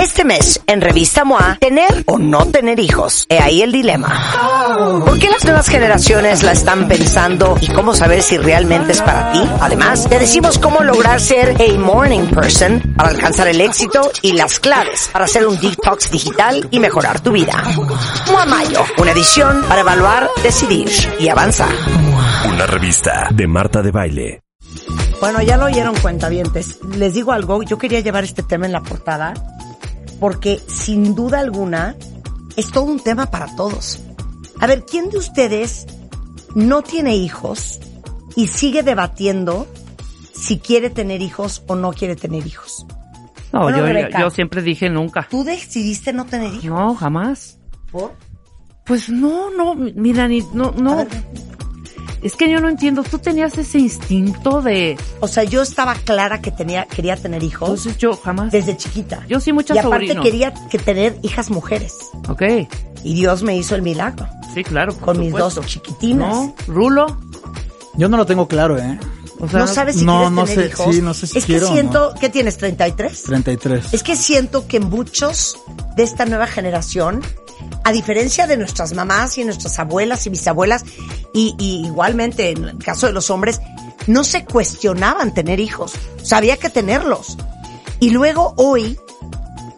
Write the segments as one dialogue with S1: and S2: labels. S1: Este mes, en Revista MOA, tener o no tener hijos. He ahí el dilema. ¿Por qué las nuevas generaciones la están pensando y cómo saber si realmente es para ti? Además, te decimos cómo lograr ser a morning person para alcanzar el éxito y las claves para hacer un detox digital y mejorar tu vida. MOA Mayo, una edición para evaluar, decidir y avanzar.
S2: Una revista de Marta de Baile.
S3: Bueno, ya lo oyeron cuentavientes. Les digo algo, yo quería llevar este tema en la portada porque sin duda alguna es todo un tema para todos. A ver, ¿quién de ustedes no tiene hijos y sigue debatiendo si quiere tener hijos o no quiere tener hijos?
S4: No,
S3: Bueno,
S4: yo, yo-
S3: Rebeca.
S4: yo siempre dije nunca.
S3: ¿Tú decidiste no tener hijos?
S4: No, jamás.
S3: ¿Por?
S4: Pues no, no, mira, ni, no,
S3: A
S4: no.
S3: ver,
S4: Es que yo no entiendo. Tú tenías ese instinto de.
S3: o sea, yo estaba clara que tenía, quería tener hijos
S4: Entonces yo jamás.
S3: desde chiquita.
S4: Yo sí, muchas
S3: Y aparte
S4: sobrinos.
S3: quería que tener hijas mujeres.
S4: Ok,
S3: Y Dios me hizo el milagro
S4: sí, claro. por
S3: con mis
S4: supuesto.
S3: dos chiquitinas.
S4: No, Rulo.
S5: Yo no lo tengo claro, ¿eh?
S4: O sea,
S3: No sabes si
S5: no,
S3: quieres
S5: no
S3: tener
S5: sé,
S3: hijos.
S5: sí, no sé si
S3: es
S5: quiero o
S3: que
S5: no.
S3: siento que tienes 33.
S5: 33.
S3: Es que siento que muchos de esta nueva generación, a diferencia de nuestras mamás y nuestras abuelas y bisabuelas, y, y igualmente en el caso de los hombres, no se cuestionaban tener hijos. O sea, había que tenerlos. Y luego hoy,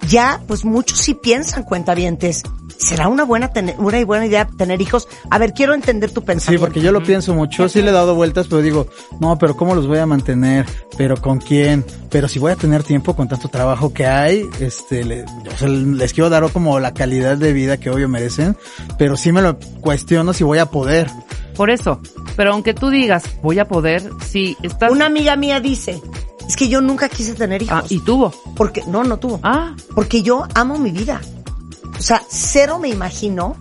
S3: ya, pues muchos sí piensan, cuentavientes, ¿será una buena, tener- una buena idea tener hijos? A ver, quiero entender tu
S5: Sí,
S3: pensamiento.
S5: porque yo lo pienso mucho, sí le he dado vueltas, pero digo, no, pero ¿cómo los voy a mantener? ¿Pero con quién? ¿Pero si voy a tener tiempo con tanto trabajo que hay? Este, le- o sea, les quiero dar como la calidad de vida que obvio merecen, pero sí me lo cuestiono si voy a poder.
S4: por eso. Pero aunque tú digas, voy a poder, si estás.
S3: Una amiga mía dice, es que yo nunca quise tener hijos.
S4: Ah, y tuvo.
S3: Porque, no, no tuvo.
S4: Ah,
S3: Porque yo amo mi vida. O sea, cero me imagino.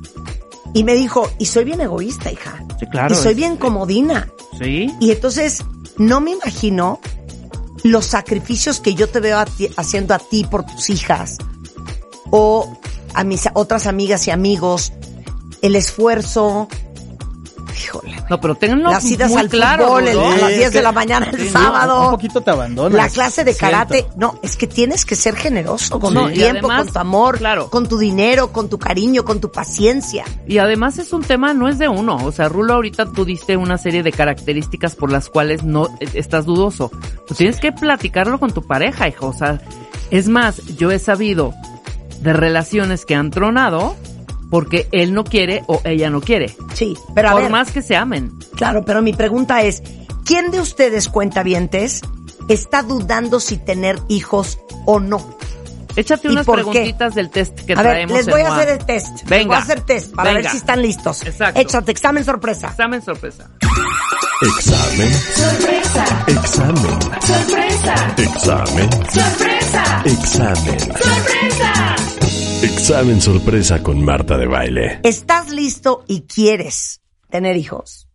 S3: Y me dijo, y soy bien egoísta, hija.
S4: sí, claro.
S3: y soy
S4: es-
S3: bien comodina.
S4: Sí.
S3: Y entonces, no me imagino los sacrificios que yo te veo a ti- haciendo a ti por tus hijas. O a mis otras amigas y amigos. El esfuerzo. Híjole.
S4: No, pero tenlo
S3: Las idas
S4: muy
S3: al
S4: claro.
S3: fútbol, el-
S4: Rulo.
S3: a las
S5: Sí,
S3: 10 de
S5: que-
S3: la mañana el
S4: sí, no,
S3: sábado.
S5: Un poquito te abandonas.
S3: La clase de
S5: siento.
S3: karate, no, es que tienes que ser generoso con
S4: No,
S3: tu
S4: y
S3: tiempo,
S4: además,
S3: con tu amor,
S4: claro.
S3: con tu dinero, con tu cariño, con tu paciencia.
S4: Y además es un tema, no es de uno. O sea, Rulo, ahorita tú diste una serie de características por las cuales no eh, estás dudoso. Pues tienes que platicarlo con tu pareja, hijo. O sea, es más, yo he sabido de relaciones que han tronado porque él no quiere o ella no quiere.
S3: Sí, pero a
S4: por
S3: ver,
S4: más que se amen.
S3: claro, pero mi pregunta es, ¿quién de ustedes cuentavientes está dudando si tener hijos o no?
S4: Échate
S3: ¿Y
S4: unas
S3: por qué?
S4: preguntitas del test que
S3: a ver,
S4: traemos.
S3: les
S4: en
S3: voy a
S4: Moa.
S3: hacer el test. Les
S4: Venga.
S3: voy a hacer test para ver
S4: venga.
S3: si están listos.
S4: Exacto.
S3: Échate examen sorpresa.
S4: Examen sorpresa.
S2: Examen.
S6: Sorpresa,
S2: Examen.
S6: sorpresa,
S2: Examen.
S6: sorpresa,
S2: Examen.
S6: sorpresa.
S2: Examen sorpresa con Marta de Baile.
S3: ¿Estás listo y quieres tener hijos?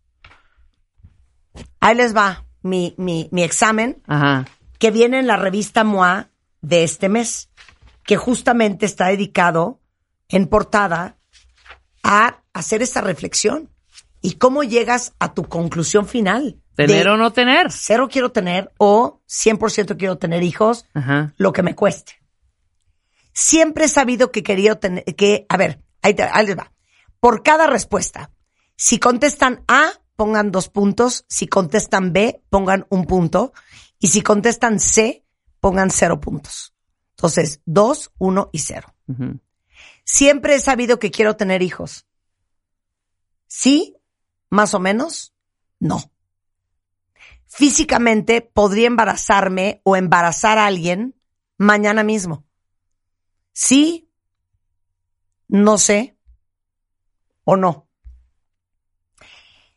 S3: Ahí les va mi, mi, mi examen.
S4: Ajá.
S3: que viene en la revista MOA de este mes, que justamente está dedicado en portada a hacer esa reflexión y cómo llegas a tu conclusión final. de
S4: ¿Tener o no tener?
S3: Cero quiero tener o 100% quiero tener hijos,
S4: Ajá.
S3: lo que me cueste. Siempre he sabido que quería tener, que, a ver, ahí, te- ahí les va. Por cada respuesta, si contestan A, pongan dos puntos, si contestan B, pongan un punto, y si contestan C, pongan cero puntos. Entonces, dos, uno y cero.
S4: Ujú.
S3: Siempre he sabido que quiero tener hijos. Sí, más o menos, no. Físicamente podría embarazarme o embarazar a alguien mañana mismo. Sí, no sé, o no.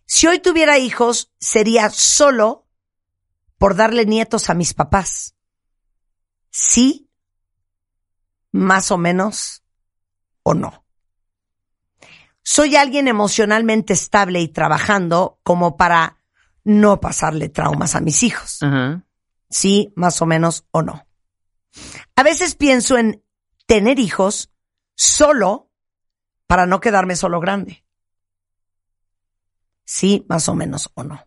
S3: Si hoy tuviera hijos, sería solo por darle nietos a mis papás. Sí, más o menos o no. Soy alguien emocionalmente estable y trabajando como para no pasarle traumas a mis hijos.
S4: Ajá.
S3: Sí, más o menos o no. A veces pienso en tener hijos solo para no quedarme solo grande. Sí, más o menos o no.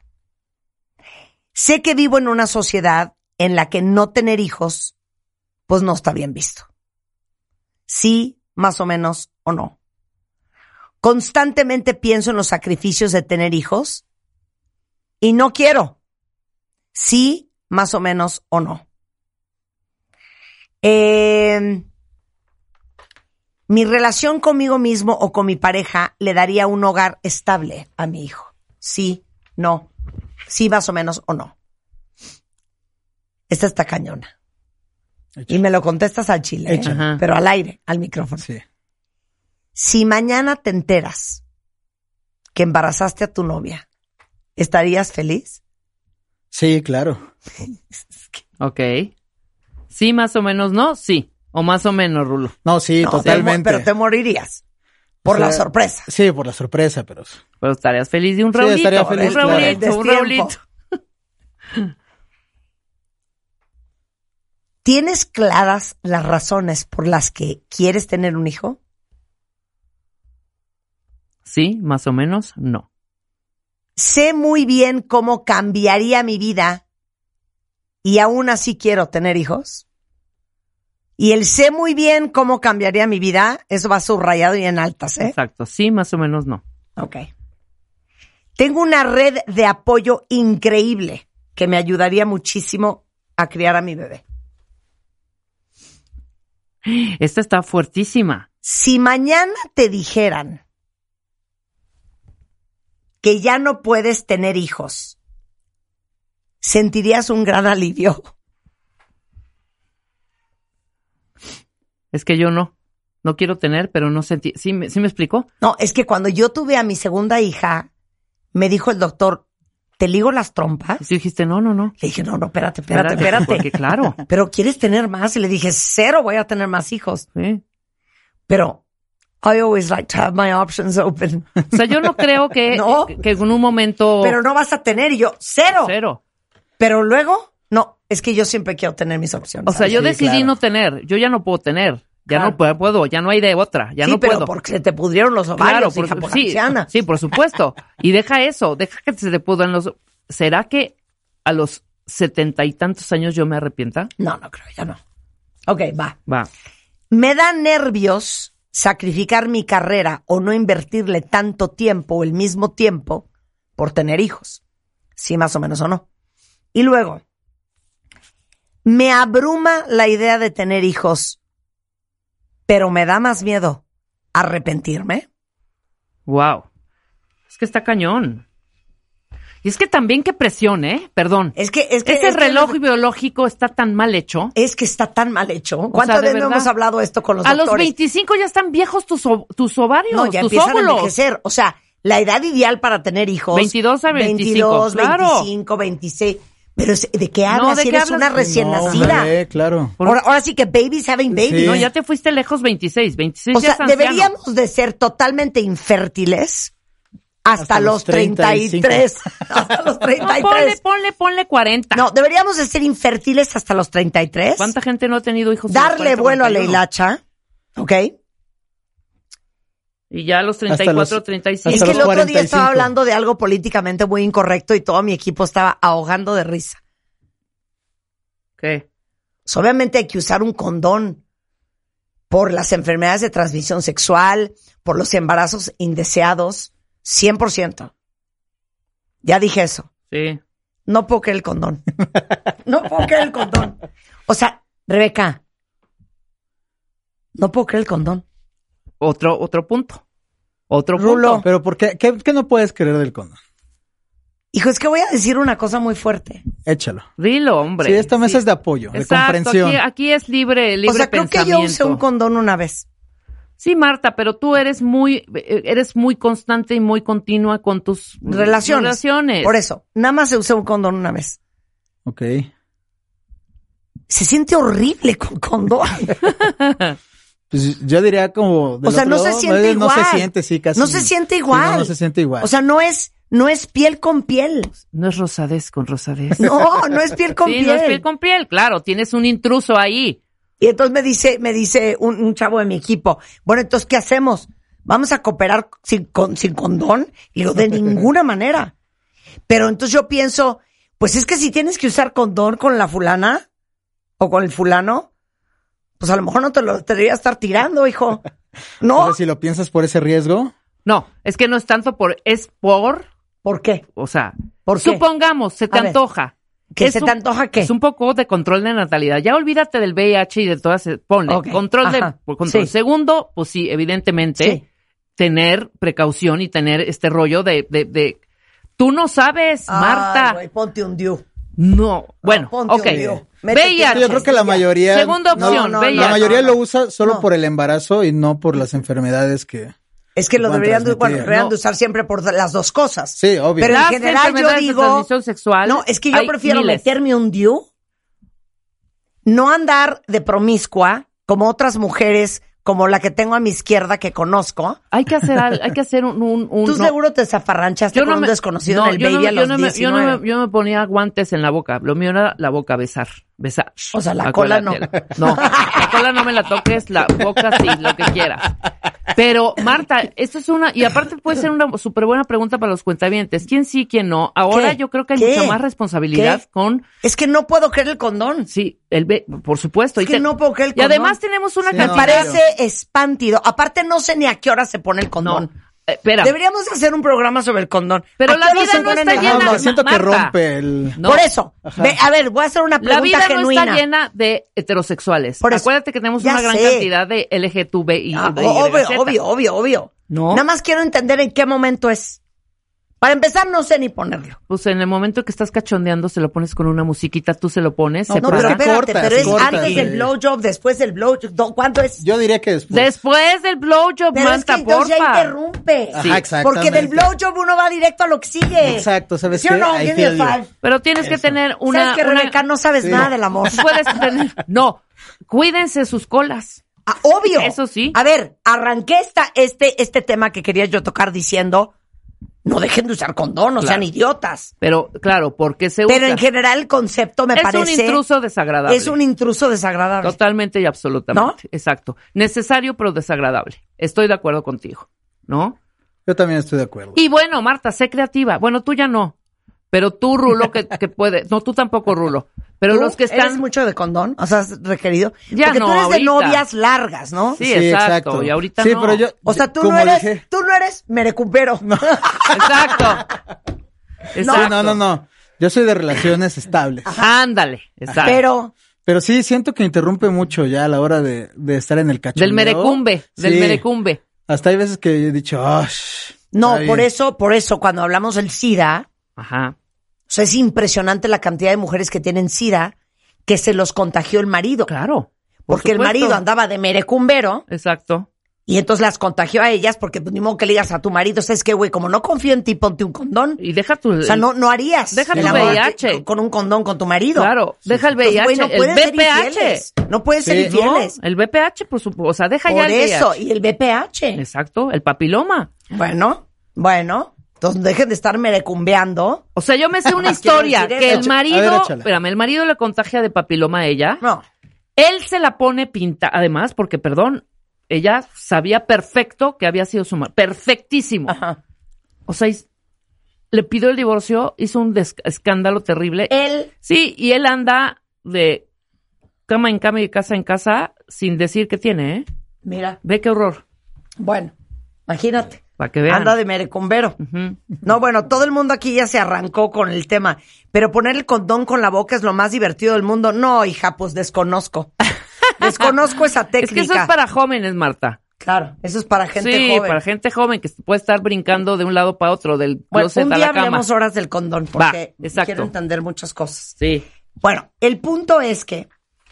S3: Sé que vivo en una sociedad en la que no tener hijos, pues no está bien visto. Sí, más o menos o no. Constantemente pienso en los sacrificios de tener hijos y no quiero. Sí, más o menos o no. Eh, mi relación conmigo mismo o con mi pareja le daría un hogar estable a mi hijo. Sí, no. Sí, más o menos o no. Esta está cañona. Y me lo contestas al chile, ¿eh?
S4: Échale. Ajá.
S3: pero al aire, al micrófono.
S5: Sí.
S3: Si mañana te enteras que embarazaste a tu novia, ¿estarías feliz?
S5: Sí, claro.
S4: Ok. Sí, más o menos, no, sí. O más o menos, Rulo.
S5: No, sí,
S3: No, te mu-
S5: totalmente.
S3: pero te morirías por
S5: O sea,
S3: la sorpresa.
S5: Sí, por la sorpresa, pero
S4: Pero estarías feliz de un
S5: Sí,
S4: raulito.
S5: estaría
S4: un
S5: feliz, claro.
S4: raulito, un
S3: Destiempo.
S4: raulito.
S3: ¿Tienes claras las razones por las que quieres tener un hijo?
S4: Sí, más o menos, no.
S3: Sé muy bien cómo cambiaría mi vida y aún así quiero tener hijos. Y el sé muy bien cómo cambiaría mi vida, eso va subrayado y en altas, ¿eh?
S4: Exacto. Sí, más o menos, no.
S3: Ok. Tengo una red de apoyo increíble que me ayudaría muchísimo a criar a mi bebé.
S4: Esta está fuertísima.
S3: Si mañana te dijeran que ya no puedes tener hijos, ¿sentirías un gran alivio?
S4: Es que yo no. No quiero tener, pero no sentí. ¿Sí me, sí me explicó?
S3: No, es que cuando yo tuve a mi segunda hija, me dijo el doctor, ¿te ligo las trompas?
S4: Y tú dijiste, no, no, no.
S3: Le dije, no, no, espérate, espérate, espérate.
S4: Porque claro.
S3: Pero ¿quieres tener más? Y le dije, cero, voy a tener más hijos.
S4: Sí.
S3: Pero I always like to have my options open.
S4: O sea, yo no creo que,
S3: No.
S4: que en un momento
S3: Pero no vas a tener. Y yo, cero.
S4: Oh. cero.
S3: Pero luego, no, es que yo siempre quiero tener mis opciones.
S4: O sea, yo
S5: Sí,
S4: decidí
S5: claro.
S4: no tener. Yo ya no puedo tener. Ya
S3: Claro.
S4: no puedo, puedo, ya no hay de otra, ya
S3: sí,
S4: no
S3: pero
S4: puedo.
S3: porque se te pudrieron los
S4: Claro,
S3: ovarios,
S4: por-
S3: hija, por
S4: sí,
S3: anciana.
S4: sí, por supuesto. Y deja eso, deja que se te puedan los. ¿Será que a los setenta y tantos años yo me arrepienta?
S3: No, no creo, ya no. Ok, va.
S4: Va.
S3: Me da nervios sacrificar mi carrera o no invertirle tanto tiempo o el mismo tiempo por tener hijos. Sí, más o menos o no. Y luego, me abruma la idea de tener hijos, pero me da más miedo arrepentirme.
S4: Wow. Es que está cañón. Y es que también qué presión, ¿eh? Perdón.
S3: Es que, es que.
S4: Ese
S3: es que-
S4: reloj biológico está tan mal hecho.
S3: es que está tan mal hecho. ¿Cuántas
S4: de
S3: veces no
S4: verdad.
S3: hemos hablado esto con los
S4: a los
S3: doctores?
S4: 25 ya están viejos tus, ov- tus ovarios,
S3: no, ya
S4: tus
S3: empiezan a
S4: óvulos.
S3: envejecer. O sea, la edad ideal para tener hijos.
S4: 22 a
S3: 22,
S4: 25, claro.
S3: 25, 26. Pero es- ¿de qué hablas?
S4: ¿de
S3: Si
S4: qué
S3: eres
S4: hablas?
S3: una recién
S5: No,
S3: nacida.
S5: hombre, claro.
S4: Por-
S3: Ahora, ahora sí que babies having babies.
S5: Sí.
S4: No, ya te fuiste lejos 26, 26
S3: o sea,
S4: ya es anciano.
S3: deberíamos de ser totalmente infértiles hasta,
S5: Hasta
S3: los
S5: los 35.
S3: 33. hasta los
S4: No, ponle,
S3: 33.
S4: ponle, ponle 40.
S3: No, deberíamos de ser infértiles hasta los 33.
S4: ¿Cuánta gente no ha tenido hijos? a los
S3: Darle
S4: 40,
S3: vuelo a la
S4: 41?
S3: hilacha. ¿Ok.
S4: Y ya a los
S5: Hasta
S4: 34,
S5: los-
S3: Es
S5: Hasta
S4: 35.
S3: que el
S5: los
S3: otro día
S5: 45.
S3: estaba hablando de algo políticamente muy incorrecto y todo mi equipo estaba ahogando de risa.
S4: ¿Qué?
S3: Pues, obviamente hay que usar un condón por las enfermedades de transmisión sexual, por los embarazos indeseados, 100%. Ya dije eso.
S4: Sí.
S3: No puedo creer el condón. No puedo creer el condón. O sea, Rebeca, no puedo creer el condón.
S4: Otro, otro punto. Otro
S3: Rulo.
S4: punto.
S5: Pero ¿por qué, qué, qué no puedes creer del condón?
S3: Hijo, es que voy a decir una cosa muy fuerte.
S5: Échalo.
S4: Dilo, hombre.
S5: sí, esta mesa
S4: Sí.
S5: es de apoyo,
S4: Exacto,
S5: de comprensión.
S4: Aquí, aquí es libre, libre
S3: o sea, creo que yo
S4: pensamiento.
S3: usé un condón una vez.
S4: Sí, Marta, pero tú eres muy, eh, eres muy constante y muy continua con tus
S3: Relaciones.
S4: relaciones.
S3: Por eso, nada más se usó un condón una vez.
S5: Ok.
S3: Se siente horrible con condón.
S5: Pues yo diría como... del
S3: O sea,
S5: otro
S3: no se
S5: lado,
S3: siente
S5: no
S3: igual.
S5: se siente, sí, casi.
S3: No se siente
S5: Sí, no,
S3: igual.
S5: no, se siente igual.
S3: O sea, no es, no es piel con piel.
S4: No es rosadez con rosadez.
S3: No, no es piel con
S4: sí,
S3: piel.
S4: no es piel con piel, claro, tienes un intruso ahí.
S3: Y entonces me dice, me dice un, un chavo de mi equipo, bueno, entonces, ¿qué hacemos? ¿Vamos a cooperar sin, con- sin condón? Y digo, de ninguna manera. Pero entonces yo pienso, pues es que si tienes que usar condón con la fulana o con el fulano, pues a lo mejor no te lo te debería estar tirando, hijo.
S5: O
S3: No.
S5: sea, si lo piensas por ese riesgo,
S4: No, es que no es tanto por, es por,
S3: ¿Por qué?
S4: o sea,
S3: ¿Por qué?
S4: supongamos, se te
S3: A ver.
S4: antoja.
S3: ¿Que
S4: Es
S3: se
S4: un-
S3: te antoja qué?
S4: Es un poco de control de natalidad. Ya olvídate del VIH y de todas. eh, Ponle.
S3: Ok,
S4: Control de.
S3: ajá,
S4: por control.
S3: sí.
S4: Segundo, pues sí, evidentemente,
S3: Sí.
S4: tener precaución y tener este rollo de. de, de- tú no sabes,
S3: Ay,
S4: Marta.
S3: güey, ponte un diu.
S4: No. Bueno,
S3: ponte un
S4: ok.
S3: lío. Métete
S4: VIH.
S3: un
S5: yo creo que la
S3: Ya.
S5: mayoría...
S4: Segunda
S5: no,
S4: opción,
S3: no, no,
S4: VIH.
S5: la mayoría lo usa solo
S3: No.
S5: por el embarazo y no por las enfermedades que...
S3: Es que lo
S5: Pueden
S3: deberían, de, bueno,
S5: transmitir.
S3: deberían de
S4: No.
S3: usar siempre por las dos cosas.
S5: Sí, obvio.
S3: Pero
S5: Ah,
S3: en
S4: Las
S3: general yo
S4: enfermedades de
S3: digo.
S4: transmisión sexual,
S3: no, es que yo
S4: hay
S3: prefiero
S4: miles.
S3: meterme un DIU, no andar de promiscua como otras mujeres, como la que tengo a mi izquierda que conozco.
S4: Hay que hacer, al- hay que hacer un. un- un-
S3: Tú
S4: no.
S3: seguro te zafarranchaste con un desconocido
S4: no,
S3: en el
S4: yo no
S3: baby
S4: me-
S3: a
S4: yo
S3: los
S4: no me- yo no me-
S3: 19.
S4: yo me ponía guantes en la boca. Lo mío era la boca, besar. Besar.
S3: O sea, la cola no.
S4: Acuérdate. No, la cola no me la toques, la boca sí, lo que quieras. Pero, Marta, esto es una. Y aparte puede ser una súper buena pregunta para los cuentavientes. ¿Quién sí, quién no? Ahora
S3: ¿Qué?
S4: yo creo que hay
S3: ¿Qué?
S4: mucha más responsabilidad
S3: ¿Qué?
S4: con.
S3: Es que no puedo creer el condón.
S4: Sí, el B, por supuesto.
S3: Es que no puedo creer el
S4: Y
S3: condón.
S4: además tenemos una
S5: Sí,
S3: Me
S5: no.
S4: cantidad.
S3: parece espántido. Aparte, no sé ni a qué hora se pone el
S4: No,
S3: condón.
S4: eh, espera.
S3: Deberíamos hacer un programa sobre el condón.
S4: Pero
S3: ¿A
S4: la
S3: qué hora
S4: vida
S3: se
S4: no
S3: ponen
S4: está
S3: el
S4: llena
S3: condón?
S5: no, siento que
S4: Marta.
S5: rompe el...
S4: No.
S3: Por eso,
S5: Ajá.
S3: ve- a ver, voy a hacer una
S4: La
S3: pregunta
S4: vida
S3: genuina.
S4: no está llena de heterosexuales.
S3: Por eso.
S4: Acuérdate que tenemos
S3: Ya
S4: una gran
S3: sé.
S4: cantidad de LGTBI.
S3: Ah,
S4: de
S3: obvio,
S4: YZ.
S3: obvio, obvio, obvio.
S4: No.
S3: Nada más quiero entender en qué momento es. Para empezar, no sé ni ponerlo.
S4: Pues en el momento que estás cachondeando, se lo pones con una musiquita, tú se lo pones,
S5: No,
S4: se
S3: No, pero
S5: pero
S4: paran.
S5: es que
S3: espérate,
S5: cortas,
S3: pero es
S5: cortas,
S3: antes
S5: sí.
S3: del blowjob, después del blowjob. do- ¿Cuánto es?
S5: Yo diría que después.
S4: Después del
S3: Pues,
S4: blowjob,
S3: pero es que
S4: Marta,
S3: entonces ya
S4: porfa.
S3: interrumpe.
S5: Ajá, exactamente.
S3: Porque del blowjob uno va directo a lo que sigue.
S5: Exacto, ¿sabes
S3: ¿Sí o
S5: qué?
S3: no?
S5: I
S3: Give me
S5: feel you.
S3: a five.
S4: Pero tienes que tener una...
S3: ¿Sabes que
S4: una-
S3: Rebeca no sabes
S5: Sí.
S3: nada del amor?
S4: Puedes tener... No, cuídense sus colas.
S3: Ah, obvio.
S4: Eso sí.
S3: A ver, arranqué esta, este, este tema que quería yo tocar diciendo, no dejen de usar condón, no
S4: Claro.
S3: sean idiotas.
S4: Pero, claro, porque se
S3: Pero
S4: usa.
S3: en general el concepto me
S4: es
S3: parece...
S4: un intruso desagradable.
S3: Es un intruso desagradable.
S4: Totalmente y absolutamente. Exacto. Necesario, pero desagradable. Estoy de acuerdo contigo, ¿no?
S5: Yo también estoy de acuerdo.
S4: Y bueno, Marta, sé creativa. Bueno, tú ya no. Pero tú, Rulo, que, que puede. No, tú tampoco, Rulo. Pero
S3: ¿Tú
S4: los que
S3: ¿Eres
S4: están.
S3: mucho de condón? O sea, has requerido.
S4: Ya
S3: Porque tú
S4: no,
S3: eres de
S4: ahorita.
S3: novias largas, ¿no?
S4: Sí, exacto. Y ahorita
S5: sí,
S4: no.
S5: pero yo...
S3: O sea, tú
S5: como
S3: no eres,
S5: dije-
S3: tú no eres merecupero.
S4: Exacto.
S5: Sí,
S4: Exacto.
S5: no, no, no. Yo soy de relaciones estables.
S4: Ándale. Exacto.
S3: Pero,
S5: Pero sí, siento que interrumpe mucho ya a la hora de, de estar en el cachondeo.
S4: del merecumbe. Del
S5: Sí.
S4: merecumbe.
S5: Hasta hay veces que he dicho, "Ah, shh,
S3: no,
S5: está
S3: por
S5: bien".
S3: eso, por eso, cuando hablamos del SIDA,
S4: Ajá.
S3: o sea, es impresionante la cantidad de mujeres que tienen SIDA que se los contagió el marido.
S4: Claro. por
S3: porque el
S4: supuesto.
S3: marido andaba de merecumbero
S4: Exacto.
S3: y entonces las contagió a ellas porque pues, ni modo que le digas a tu marido, ¿sabes qué, güey? Como no confío en ti, ponte un condón.
S4: Y deja tu.
S3: O sea, no, no harías
S4: Deja
S3: el
S4: tu
S3: amor
S4: VIH.
S3: que- con un condón con tu marido.
S4: Claro. Deja el
S3: Entonces,
S4: VIH.
S3: güey, no
S4: el
S3: pueden ser infieles.
S4: BPH.
S3: No pueden ser
S5: Sí.
S4: ¿no?
S3: infieles.
S4: El BPH, por supuesto. O sea, deja ya
S3: Por
S4: el
S3: eso,
S4: VIH.
S3: y el BPH.
S4: Exacto. El papiloma.
S3: Bueno, bueno. Entonces dejen de estar merecumbeando.
S4: O sea, yo me sé
S3: Quiero
S4: una historia
S3: decir
S4: que
S3: eso.
S4: el
S5: A ver,
S4: marido,
S5: échala.
S4: espérame, el marido le contagia de papiloma a ella.
S3: No.
S4: Él se la pone pinta, además, porque, perdón, ella sabía perfecto que había sido su marido. Perfectísimo.
S3: Ajá.
S4: O sea, es- le pidió el divorcio, hizo un des- escándalo terrible.
S3: Él,
S4: Sí, y él anda de cama en cama y casa en casa sin decir que tiene, ¿eh?
S3: mira,
S4: Ve qué horror.
S3: bueno, imagínate.
S4: Para que vean.
S3: Anda de merecumbero.
S4: Ujú.
S3: No, bueno, todo el mundo aquí ya se arrancó con el tema, pero poner el condón con la boca es lo más divertido del mundo. No, hija, pues desconozco. Desconozco esa técnica.
S4: Es que eso es para jóvenes, Marta.
S3: Claro, eso es para gente
S4: sí,
S3: joven.
S4: para gente joven que puede estar brincando de un lado para otro, del
S3: Bueno,
S4: closet
S3: un
S4: a
S3: día
S4: la cama.
S3: hablemos horas del condón porque
S4: Va, exacto.
S3: quiero entender muchas cosas.
S4: Sí.
S3: Bueno, el punto es que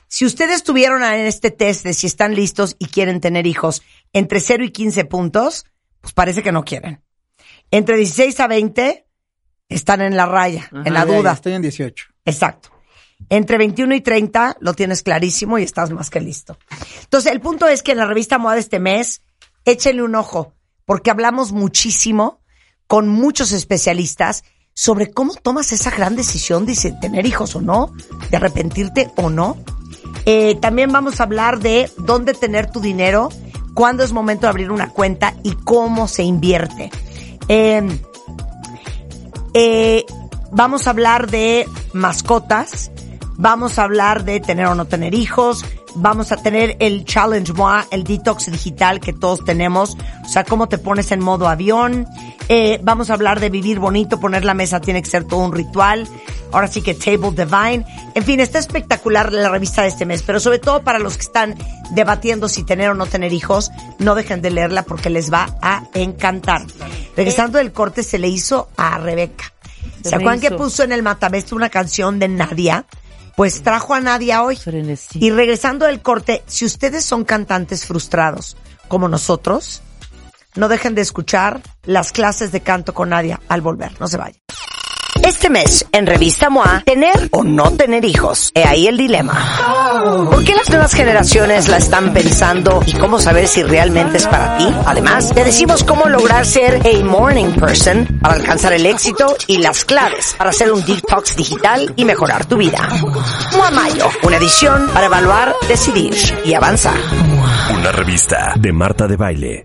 S3: si ustedes tuvieron en este test de si están listos y quieren tener hijos entre 0 y 15 puntos, pues parece que no quieren. Entre 16 a 20 están en la raya, en la
S5: Ay, ay,
S3: duda.
S5: Estoy en 18.
S3: Exacto. Entre 21 y 30 lo tienes clarísimo y estás más que listo. Entonces, el punto es que en la revista Moda de este mes, échenle un ojo, porque hablamos muchísimo con muchos especialistas sobre cómo tomas esa gran decisión de si tener hijos o no, de arrepentirte o no. Eh, también vamos a hablar de dónde tener tu dinero, cuándo es momento de abrir una cuenta y cómo se invierte. Eh, eh, vamos a hablar de mascotas, vamos a hablar de tener o no tener hijos, vamos a tener el Challenge Moi, el detox digital que todos tenemos, o sea, cómo te pones en modo avión, eh, vamos a hablar de vivir bonito, poner la mesa tiene que ser todo un ritual, ahora sí que Table Divine, en fin, está espectacular la revista de este mes, pero sobre todo para los que están debatiendo si tener o no tener hijos, no dejen de leerla porque les va a encantar. Regresando del corte se le hizo a Rebeca. ¿Se
S4: Se me
S3: acuerdan que
S4: hizo.
S3: puso en el Matabeste una canción de Nadia? Pues trajo a Nadia hoy.
S4: Frenesí.
S3: Y regresando del corte, si ustedes son cantantes frustrados como nosotros, no dejen de escuchar las clases de canto con Nadia al volver. No se vayan.
S1: Este mes, en Revista MOA, tener o no tener hijos. He ahí el dilema. ¿Por qué las nuevas generaciones la están pensando y cómo saber si realmente es para ti? Además, te decimos cómo lograr ser a morning person para alcanzar el éxito y las claves para hacer un detox digital y mejorar tu vida. MOA Mayo, una edición para evaluar, decidir y avanzar.
S2: Una revista de Marta de Baile.